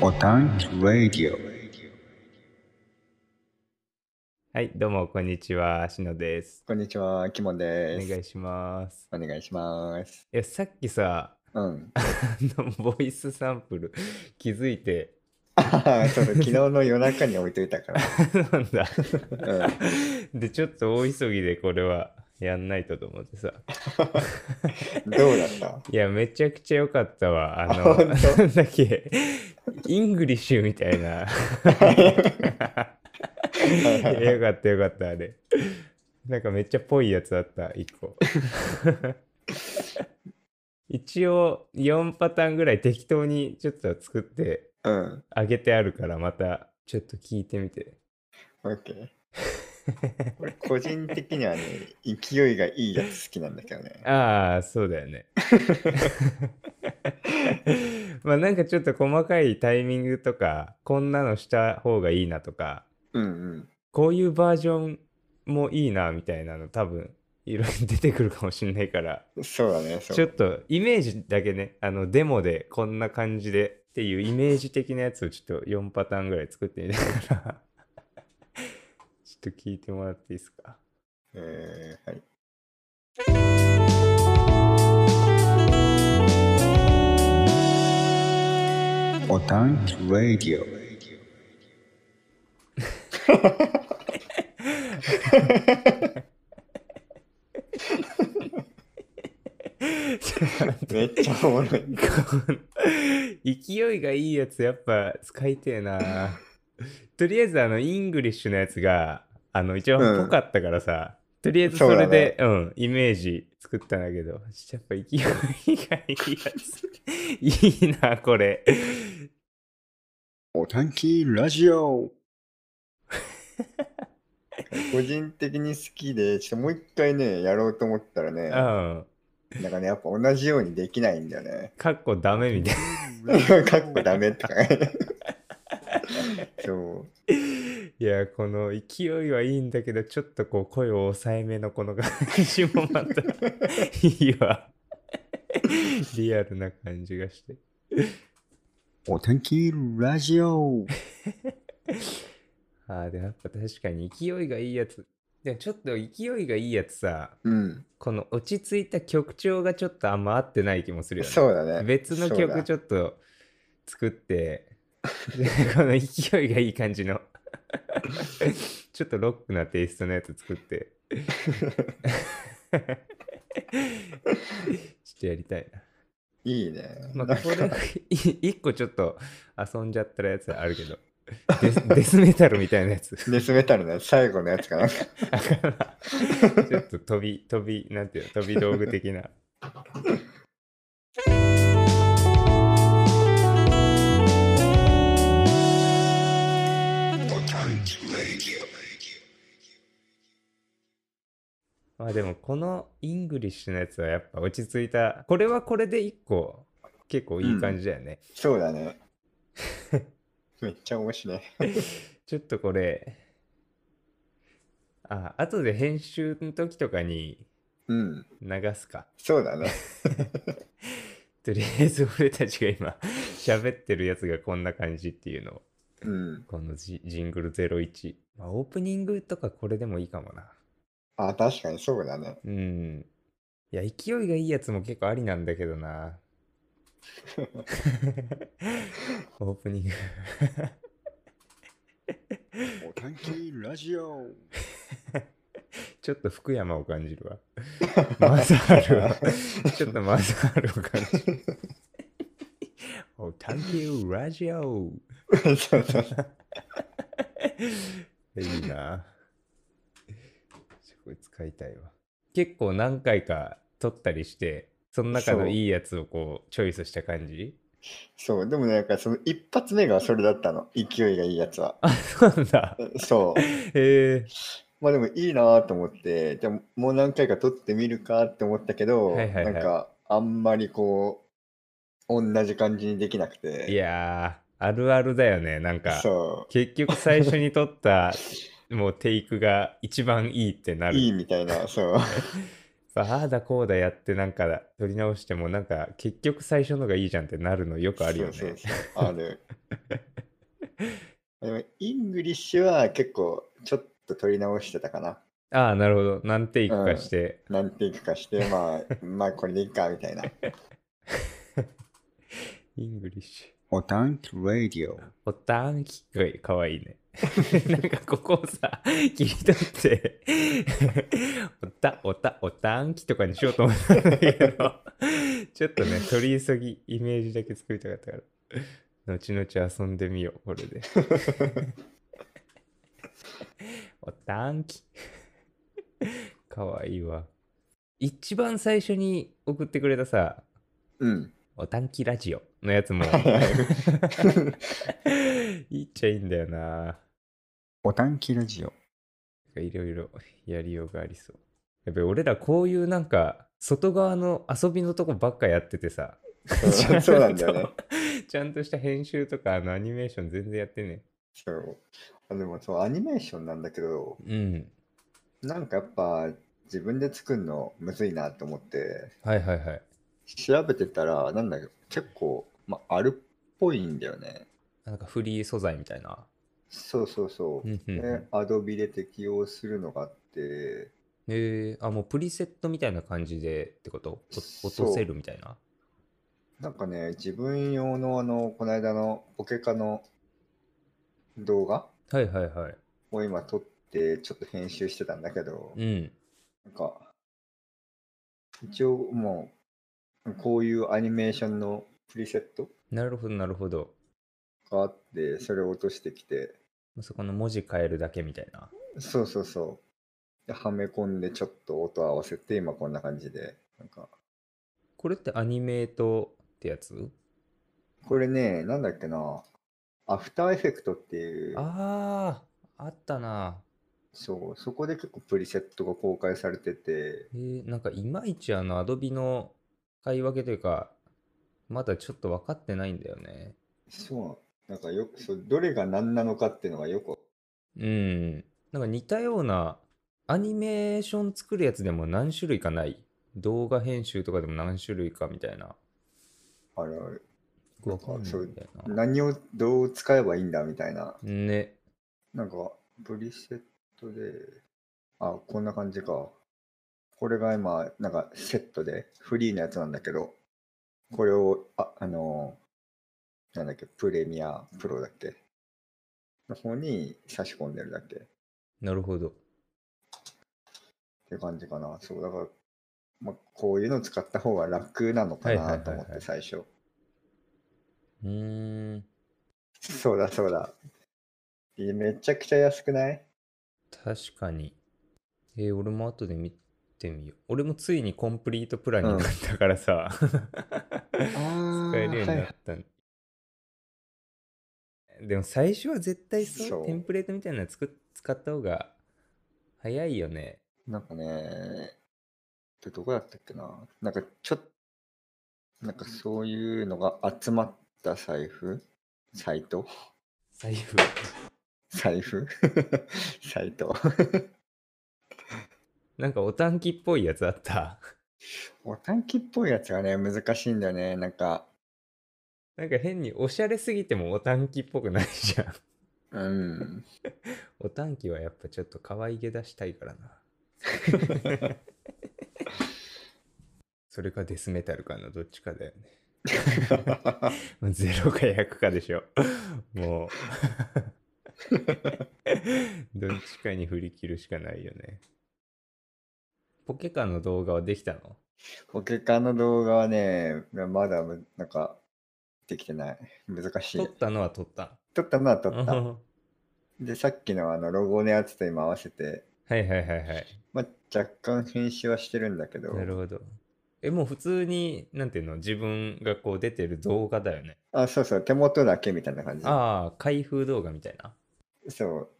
ボタンラディオはい、どうも、こんにちは、しのです。こんにちは、キモンおです。願いします。お願いします。いや、さっきさ、うん。 あの、ボイスサンプル 気づいて、 あははそうだ昨日の夜中に置いといたから。なんだ。うん、で、ちょっと大急ぎでこれはやんないとと思ってさ。どうだったいや、めちゃくちゃ良かったわ。ああの、本当 なんだっけ、イングリッシュみた いな。いやよかったよかった、あれ。なんかめっちゃぽいやつあった、一個。一応4パターンぐらい適当にちょっと作ってうん。あげてあるからまたちょっと聞いてみて。オッケー。俺個人的にはね、勢いがいいやつ好きなんだけどね。ああ、そうだよね。 まあなんかちょっと細かいタイミングとか、こんなのした方がいいなとか、うんうん。こういうバージョンもいいなみたいなの多分いろいろ出てくるかもしんないから、そうだね、そう。ちょっとイメージだけね、あのデモでこんな感じでっていうイメージ的なやつをちょっと4パターンぐらい作ってみたから、 ちょっと聞いてもらっていいですか。 えーはい。ボタンラディオ。めっちゃおもろい。この 勢いがいいやつやっぱ使いてえなとりあえずあのイングリッシュのやつがあの一う番んぽかったからさ、とりあえずそそうだれねでう、ん、イメージ作ったんだけどやっぱ勢いがいい やついいなこれおたんきラジ オ個人的に好きで、ちょっともう一回ね、やろうと思ったらね、うなんんかね、やっぱ同じようにできないんだよね。かっこダメみた いかっこダメとか ね。そう。ないやこの勢いはいいんだけどちょっとこう声を抑えめのこの感じもまたいいわリアルな感じがしてお天気ラジオ。ああ、でもやっぱ確かに勢いがいいやつ。でもちょっと勢いがいいやつさ、うん。この落ち着いた曲調がちょっとあんま合ってない気もするよね。そうだね。別のそうだ曲ちょっと作って、でこの勢いがいい感じの、ちょっとロックなテイストのやつ 作って、ちょっとやりたいな。いいね。まなあ、んかこれ、い一個ちょっと遊んじゃったやつあるけど、デスデスメタルみたいなやつ。デスメタルの最後のやつか な。ちょっと飛び、飛び、なんていうの、飛び道具的な。まあでも、このイングリッシュのやつはやっぱ落ち着いた。これはこれで一個、結構いい感じだよね。そうだ ね。めっちゃ面白い。ちょっとこれ、あ、後で編集の時とかにうん。流すか。そうだね。とりあえず俺たちが今 喋ってるやつがこんな感じっていうのをうん。このジジングル01、まあ、オープニングとかこれでもいいかもなあ、確かにそうだね。うんいや勢いがいいやつも結構ありなんだけ どなオープニングお天気ラジオ。ちょっと福山を感 じるわマサールはちょっとマサールを感じるお探求ラジ オそうそうそう。いいな。これ使いたいわ。結構何回か撮ったりして、その中そのういいやつをこうチョイスした感じ そう、でもなんかその一発目がそれだったの。勢いがいいやつは。あ、そうなんだ。そう。えまあでもいいなと思って、じゃあもう何回か撮ってみるかって思ったけど、はいはいはいなんかあんまりこう、同じ感じにできなくて。ー、いやー、あるあるだよね。なんか、そ結局最初に撮 ったもうテイクが一番いいってなう、る。いいみたいな、そう。さああだこうだやってなんか取り直してもなんか結局最初のがいいじゃんってなるのよくあるよね。そうそうそうあ る。でも、イングリッシュは結構、ちょっと取り直してたかな。ああなるほど何テイクかして、なんていくかして、ま あ、まあ、これでいいか、みたいな。イングリッシュ。おたんきラディオ。ボタンキックいかわいいね。 なんかここをさ切り取っておたおたおたんきとかにしようと思ったんだけどちょっとね取り急ぎイメージだけ作りたかったから後々遊んでみようこれでおたんきかわいいわ一番最初に送ってくれたさうん。おたんきラジオのやつ も いいっちゃいいんだよな おたんきラジオ。いろいろやりようがありそう。やっぱり俺らこういうなんか外側の遊びのとこばっかやってて さ。そうそうなんだ よね。 ちゃんとした編集とかあのアニメーション全然やってね。そう。あでも、そう、アニメーションなんだけど、うん。なんかやっぱ、自分で作るのむずいなと思って、はいはいはい。調べてたら、なんだけど、結構、まあ、あるっぽいんだよね。なんかフリー素材みたいな。そうそうそうう。んうんうんで、アドビで適用するのがあって、えー、あ、もうプリセットみたいな感じでってことお落そうとせるみたいな。なんかね、自分用のあの、この間のポケカの動画はいはいはい。を今撮って、ちょっと編集してたんだけど、うん。なんか、一応もう、こういうアニメーションのプリセットなるほどなるほど。があって、それを落としてきて、そこの文字変えるだけみたいな。そうそうそう。で、はめ込んで、ちょっと音合わせて、今こんな感じで、なんか、これってアニメートってやつこれね、なんだっけな、アフターエフェクトっていう、ああ、あったな。そう、そこで結構プリセットが公開されてて、えーなんかいまいちあのアドビの買い分けというか、まだちょっと分かってないんだよね。そう、なんかよく、そうどれが何なのかっていうのがよく、うん。なんか似たような、アニメーション作るやつでも何種類かない。動画編集とかでも何種類かみたいな。あるある分かんないそうんだよな。何をどう使えばいいんだみたいな、ね。なんか、プリセットで、あ、こんな感じか。これが今、なんかセットで、フリーのやつなんだけど、これを、あ、あのーなんだっけ、プレミアプロだっけの方に差し込んでるだけ。なるほど。っていう感じかな。そう、だから、まあ、こういうの使った方が楽なのかはいはいなはいとはい思って、最初。うーん。そうだそうだ。いやめちゃくちゃ安くない確かに。えー俺も後で見てみよう。俺もついにコンプリートプランになったからさ。ああ使えるようになったんでも最初は絶対そうそうテンプレートみたいなの作っ使った方が早いよねなんかね、でどこだったっけな。なんかちょっなんかそういうのが集まった財布サイト財布財布 サイト。なんかおたんきっぽいやつあったお短期っぽいやつがね、難しいんだよね。なんか、なんか変におしゃれすぎてもおたんきっぽくないじゃん うん。おたんきはやっぱちょっと可愛げ出したいからなそれかデスメタルかなどっちかだよねもう0か100かでしょ。もう。どっちかに振り切るしかないよね。ポケカの動画はできたのポケカの動画はね、まだむなんか、できてない。難し撮いっ。たのは撮った。撮ったな、撮うっんた。はで、さっきのあのロゴのやつと今合わせて、いはいはいはい。まあ、若干編集はしてるんだけど、なるほど。え、もう普通に、なんていうの、自分がこう出てる動画だよね。あ、そうそう、手元だけみたいな感じ。ああ、開封動画みたいな。そう。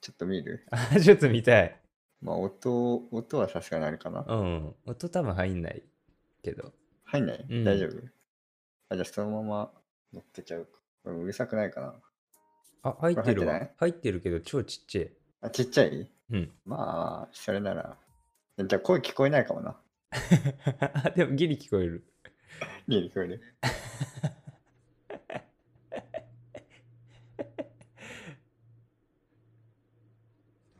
ちょっと見るあちょっと見たい。まあ、音、音はさすがにあるかな。うん。音多分入んないけど。入んない、うん大丈夫あ、じゃあそのまま乗っけちゃうか。これうるさくないかな。あ、入ってるわ。入って入なっいてるけど超ちっちゃい。あ、ちっちゃいうん。まあ、それなら。じゃあ声聞こえないかもな。あ でもギリ聞こえる。いいね、こ れね。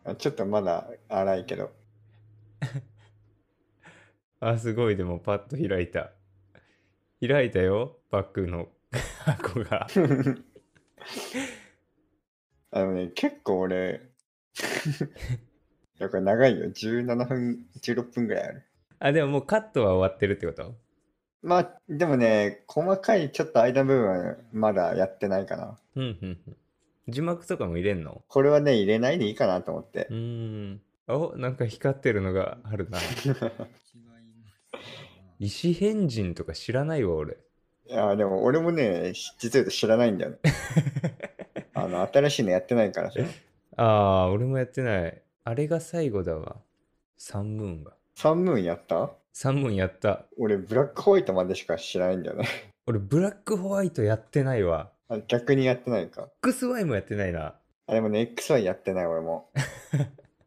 あちょっとまだ荒いけど。あ、すごい。でもパッと開いた。開いたよ。バッグの 箱が。 あのね、結構俺、 いやこれ長いよ。17分、16分ぐらいある。あ、でももうカットは終わってるってことまあ、でもね、細かいちょっと間の部分はまだやってないかな。うんうんうん。字幕とかも入れんのこれはね、入れないでいいかなと思ってう。ーん。お、なんか光ってるのがあるな。石変人とか知らないわ、俺。 いや、でも俺もね、実は知らないん だよね。あの、新しいのやってないからさ。ああ、俺もやってない。あれが最後だわ。サンムーンが。サンムーンやったサンムーンやった。俺、ブラックホワイトまでしか知らないんだよね。 俺、ブラックホワイトやってないわ。あ逆にやってないか。 XY もやってないな。あ、でもね、XY やってない、俺 も。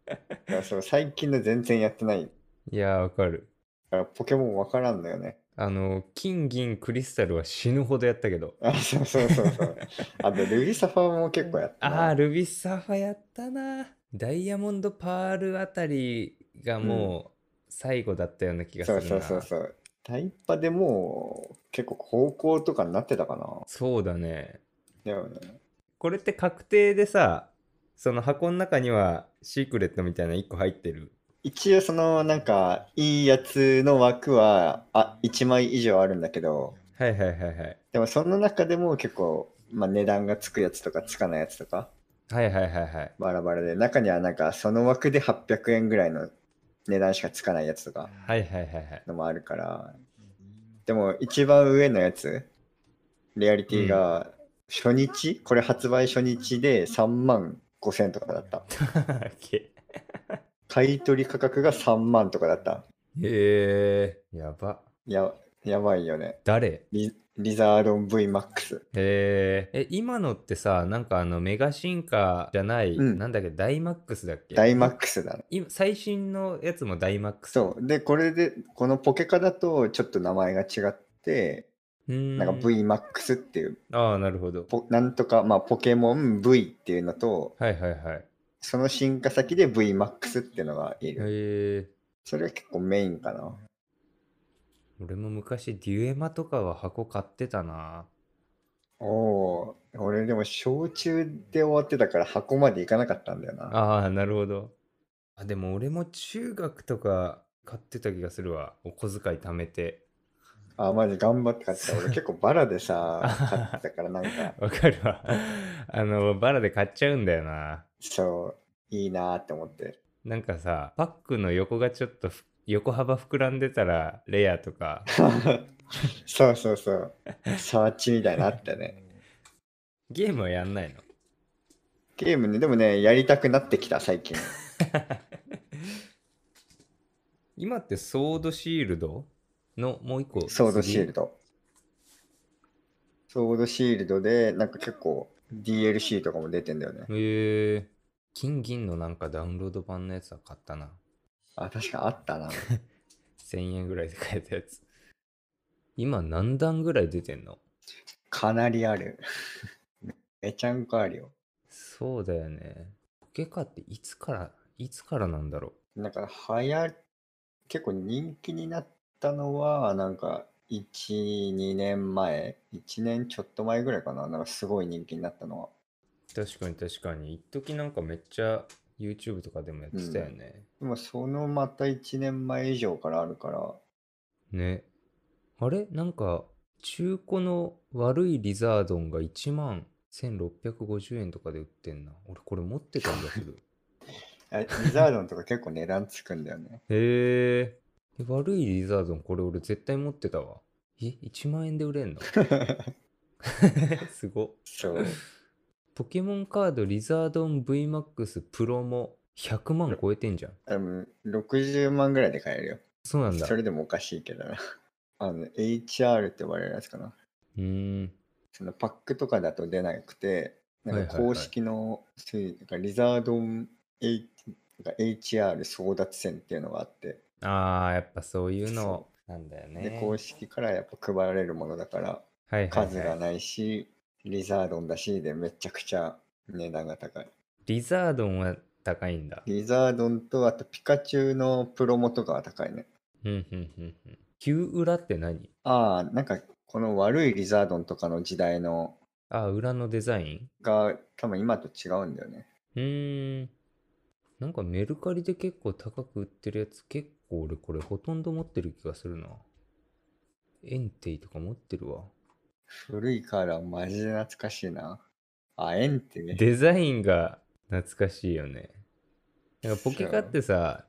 だからそう最近の全然やってない。だいやー、わかる。からポケモンわからんのよね。あの、金、銀、クリスタルは死ぬほどやったけど。あ、そうそうそうそう。あと、ルビーサファーも結構やったな。あー、ルビサファやったな。ダイヤモンドパールあたりがもう最後だったような気がすそるうな。そうそうそう。タイパでもう結構高校とかになってたかな。そうだね。だよね。これって確定でさ、その箱の中にはシークレットみたいな1個入ってる。一応そのなんかいいやつの枠はあ1枚以上あるんだけど、はいはいはいはい。でもその中でも結構、まあ、値段がつくやつとかつかないやつとかはいはいはいはい。バラバラで中にはなんかその枠で800円ぐらいの値段しかつかないやつとかはいはいは いはい。のもあるからでも一番上のやつレアリティが初日、これ発売初日で3万5000とかだったへ買い取り価格が3万とかだったえー、やば。ややばいよね誰リリザードン VMAX へーえ、今のってさ、なんかあのメガ進化じゃない、うんなんだっけ、ダイマックスだっけダイマックスだね今最新のやつもダイマックス。そうでこれでこのポケカだとちょっと名前が違ってうーん。なんか VMAX っていうああ、なるほど。ポなんとか、まあ、ポケモン V っていうのとはいはいはい。その進化先で VMAX っていうのがいへるえそれは結構メインかな俺も昔デュエマとかは箱買ってたな。おおー俺でも小中で終わってたから箱まで行かなかったんだよなああ、なるほど。あ、でも俺も中学とか買ってた気がするわ。お小遣い貯めて。あマジ頑張って買ってた俺結構バラで さ買ってたからなんかわかるわ。 あの、バラで買っちゃうんだよな。そういいなーって思ってなんかさ、パックの横がちょっとふ横幅膨らんでたらレアとか。そうそう そうサーチみたいなのあったねゲームはやんないのゲームねでもねやりたくなってきた最近今ってソードシールドのもう一個。ソードシールド。ソードシールドで、なんか結構 DLC とかも出てんだよね。へえ金銀のなんかダウンロード版のやつは買ったな。あ、確かあったな。 1000円ぐらいで買えたやつ。今何段ぐらい出てんのかなりある。 めちゃんこあるよ。そうだよね。ポケカっていつから、いつからなんだろなんか流行、結構人気になったのは、なんか1、2年前、1年ちょっと前ぐらいかな。なんかすごい人気になったのは。う確かに確かに。一時なんかめっちゃ YouTube とかでもやってたよね。でもそのまた1年前以上からあるから、ね。あれなんか中古の悪いリザードンが1万1650円とかで売ってんな。俺これ持ってたんだ けど。あリザードンとか結構値段つくんだよね。へえ。悪いリザードン、これ俺絶対持ってたわ。え、1万円で売れ んのすごっ。そう。ポケモンカードリザードン VMAX プロも100万超えてんじゃん。でも60万ぐらいで買えるよ。そうなんだ。そうれでもおかしいけどな。 あの、HR って呼ばれるやつかな。ーん。そのパックとかだと出なくて、なはんいはかいはい公式の、そういうなんかリザードン H- なんか HR 争奪戦っていうのがあって、ああ、やっぱそういうのなんだよね。で、公式からやっぱ配られるものだから、はいはい数はいがないし、リザードンだし、で、めちゃくちゃ値段が高い。リザードンは高いんだ。リザードンと、あとピカチュウのプロモとかは高いね。うんうんうんうん。旧裏って何ああ、なんか、この悪いリザードンとかの時代のああ、裏のデザインが、多分今と違うんだよね。うーん。なんかメルカリで結構高く売ってるやつ、結構俺これほとんど持ってる気がするな。エンテイとか持ってるわ。古いからマジで懐かしいな。あ、エンってね。 デザインが懐かしいよね。なんかポケカってさ、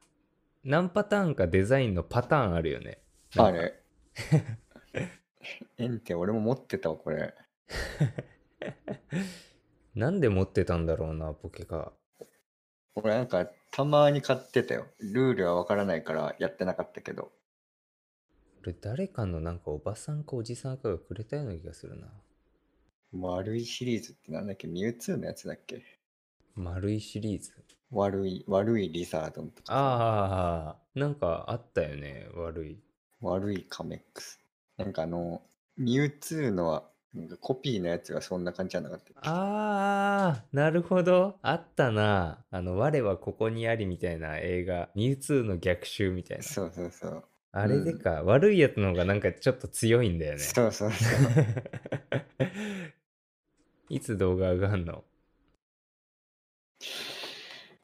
何パターンかデザインのパターンあるよね。あれ。 エンって俺も持ってたわ、これ。なんで持ってたんだろうな、ポケカ。俺なんか、たまに買ってたよ。ルールはわからないからやってなかったけど。俺、誰かのなんかおばさんかおじさんかがくれたような気がするな。悪いシリーズってなんだっけミュウツーのやつだっけ丸いシリーズ。悪い、悪いリザードンとかさ。ああ、なんかあったよね、悪い。悪いカメックス。なんかあの、ミュウツーのは、なんかコピーのやつがそんな感じじゃなかったっけああ、なるほど。あったな。あの、我はここにありみたいな映画。ミュウツーの逆襲みたいな。そうそうそう。あれでか、悪いやつの方がなんかちょっと強いんだよね。そうそうそう。 いつ動画上がんの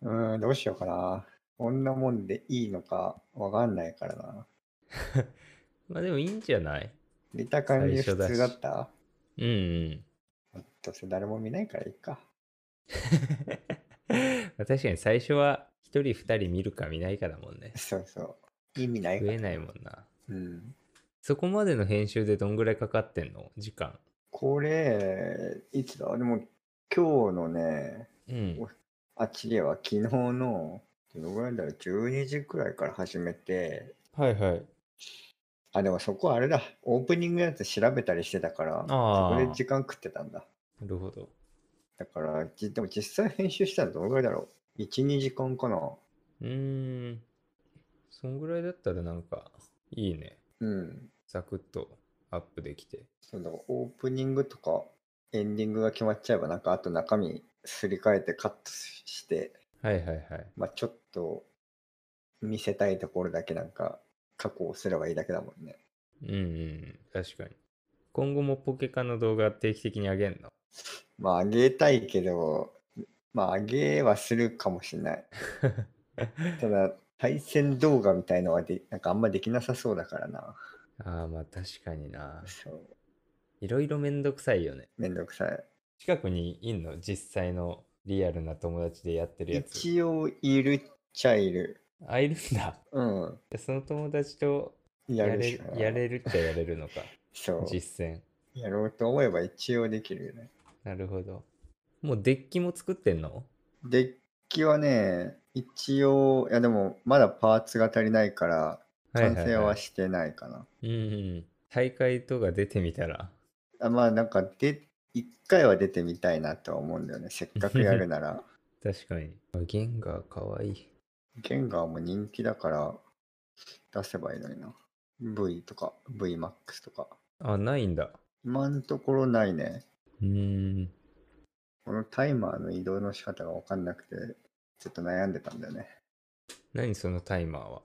うーん、どうしようかな。こんなもんでいいのかわかんないからな。まあでもいいんじゃない見た感じ最普初だし通だったうんうん。 どうせ誰も見ないからいいか。確かに最初は1人2人見るか見ないかだもんね。そうそう。意味ないか増ら。えないもんな。うん。そこまでの編集でどんぐらいかかってんの時間。これ、いつだでも今日のね、うん。あっちでは昨日の、どのぐらいだろう、12時くらいから始めて、はいはい。あ、でもそこあれだ。オープニングのやつ調べたりしてたから、あそーこで時間食ってたんだ。なるほど。だから、じでも実際編集したらどのぐらいだろう。1、2時間かな。うーん。そんぐらいだったらなんかいいね。うん。サクッとアップできて。そうだ、オープニングとかエンディングが決まっちゃえば、なんかあと中身すり替えてカットして、はいはいはい。まあちょっと見せたいところだけなんか加工すればいいだけだもんね。うんうんうん。確かに。今後もポケカの動画定期的に上げんのまああげたいけど、まああげはするかもしれ ない。ただ、対戦動画みたいのはで、なんかあんまできなさそうだからな。ああまあ確かにな。そう。いろいろめんどくさいよね。めんどくさい。近くにいんの実際のリアルな友達でやってるやつ。一応、いるっちゃいる。あ、いるんだ。うん。その友達とややるれしるかない。やれるっちゃやれるの か。そう。実践。やろうと思えば一応できるよね。なるほど。もうデッキも作ってんのデッキはね、一応、いやでも、まだパーツが足りないから、完成はしてないかな。い。うんうん。大会とか出てみたら。あまあ、なんか、で、一回は出てみたいなとは思うんだよね。せっかくやるな ら。確かに。あゲンガーかわいい。ゲンガーも人気だから、出せばいいのにな。V とか、VMAX とか。あ、ないんだ。今のところないね。うーん。このタイマーの移動の仕方がわかんなくて、ちょっと悩んでたんだよね。何そのタイマーは。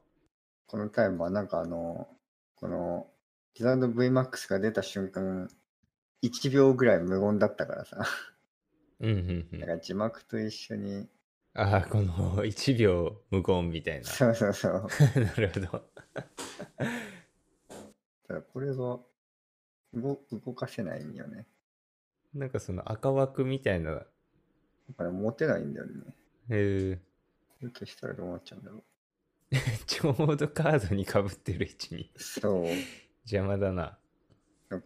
このタイムはなんかあの、この、リザード VMAX が出た瞬間、1秒ぐらい無言だったからさ、うんうんうなんん。か字幕と一緒に、ああ、この1秒無言みたいな。そうそうそう、 なるほど。ただこれが動動かせないんよね。なんかその赤枠みたいな。だから持てないんだよね。えこれ消したらどうなっちゃうんだろー、ちょうどカードにかぶってる位置に。う。そう。邪魔だな。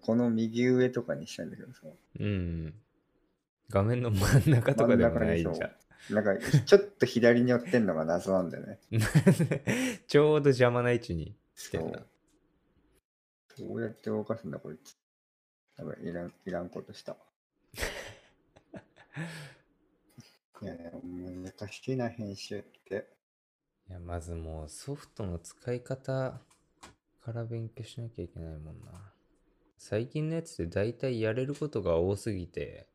この右上とかにしたいんだけどさ、うんうん。画面の真ん中とかでもないん真んじ中ゃで。なんかちょっと左に寄ってんのが謎なんだよね。 ちょうど邪魔な位置に来てそるうな。。どうやって動かすんだこいつ。やばい、いらん、いらんこと した。いや、ね、難しいな、編集って。いや、まずもうソフトの使い方から勉強しなきゃいけないもんな。最近のやつって大体やれることが多すぎて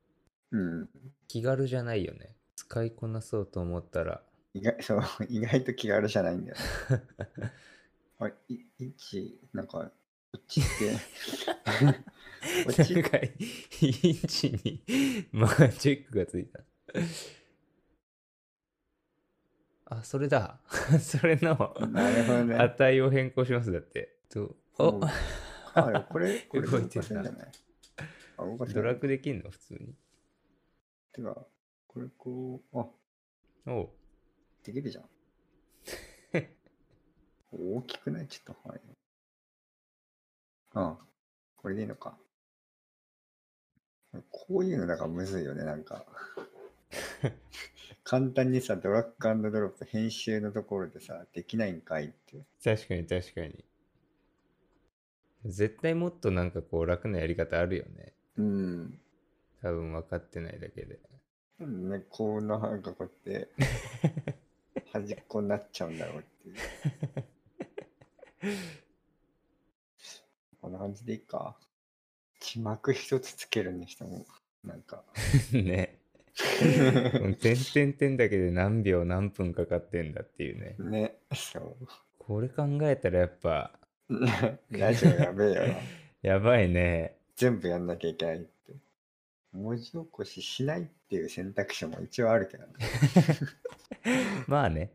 うん。気軽じゃないよね。使いこなそうと思っ たら。意外、そう、意外と気軽じゃないん だよ。あれ、い、いち、なんか、こっち って、こっちなんか、インチに マジックがついた。あ、それだ。 それのなるほどね。値を変更します。だって。とうおんあ、でもこれ、これ動い動てかるせんじゃないあ、動かせドラる。ッグできんの普通に。てか、これこう、あ、おうできる じゃん。大きくないちょっと、はい。あ、これでいいのか。こういうのなんかむずいよね、なん か。簡単にさ、ドラッグアンドドロップ編集のところでさ、できないんかいって。確かに確かに。絶対もっとなんかこう楽なやり方あるよね。うん。多分分かってないだけで。 なんでね、こんな、なんかこうやって、端っこになっちゃうんだろうっていう。 こんな感じでいいか。字幕一つつけるにしても、なんか。ね。この点点点だけで何秒何分かかってんだっていうね。ね、そこれ考えたらやっぱう。ラジオやべえよな。やばいね。 全部やんなきゃいけないって。文字起こししないっていう選択肢も一応あるけどね。まあね。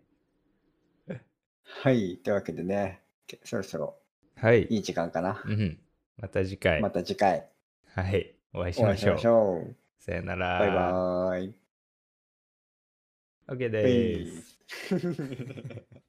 はい、というわけでね、けそろそろはい。いい時間かな。うん。また次回。また次回はい。お会いしお会まいししょう。ましょう。さよなら。バイバーイ。イ。OK です。 Peace.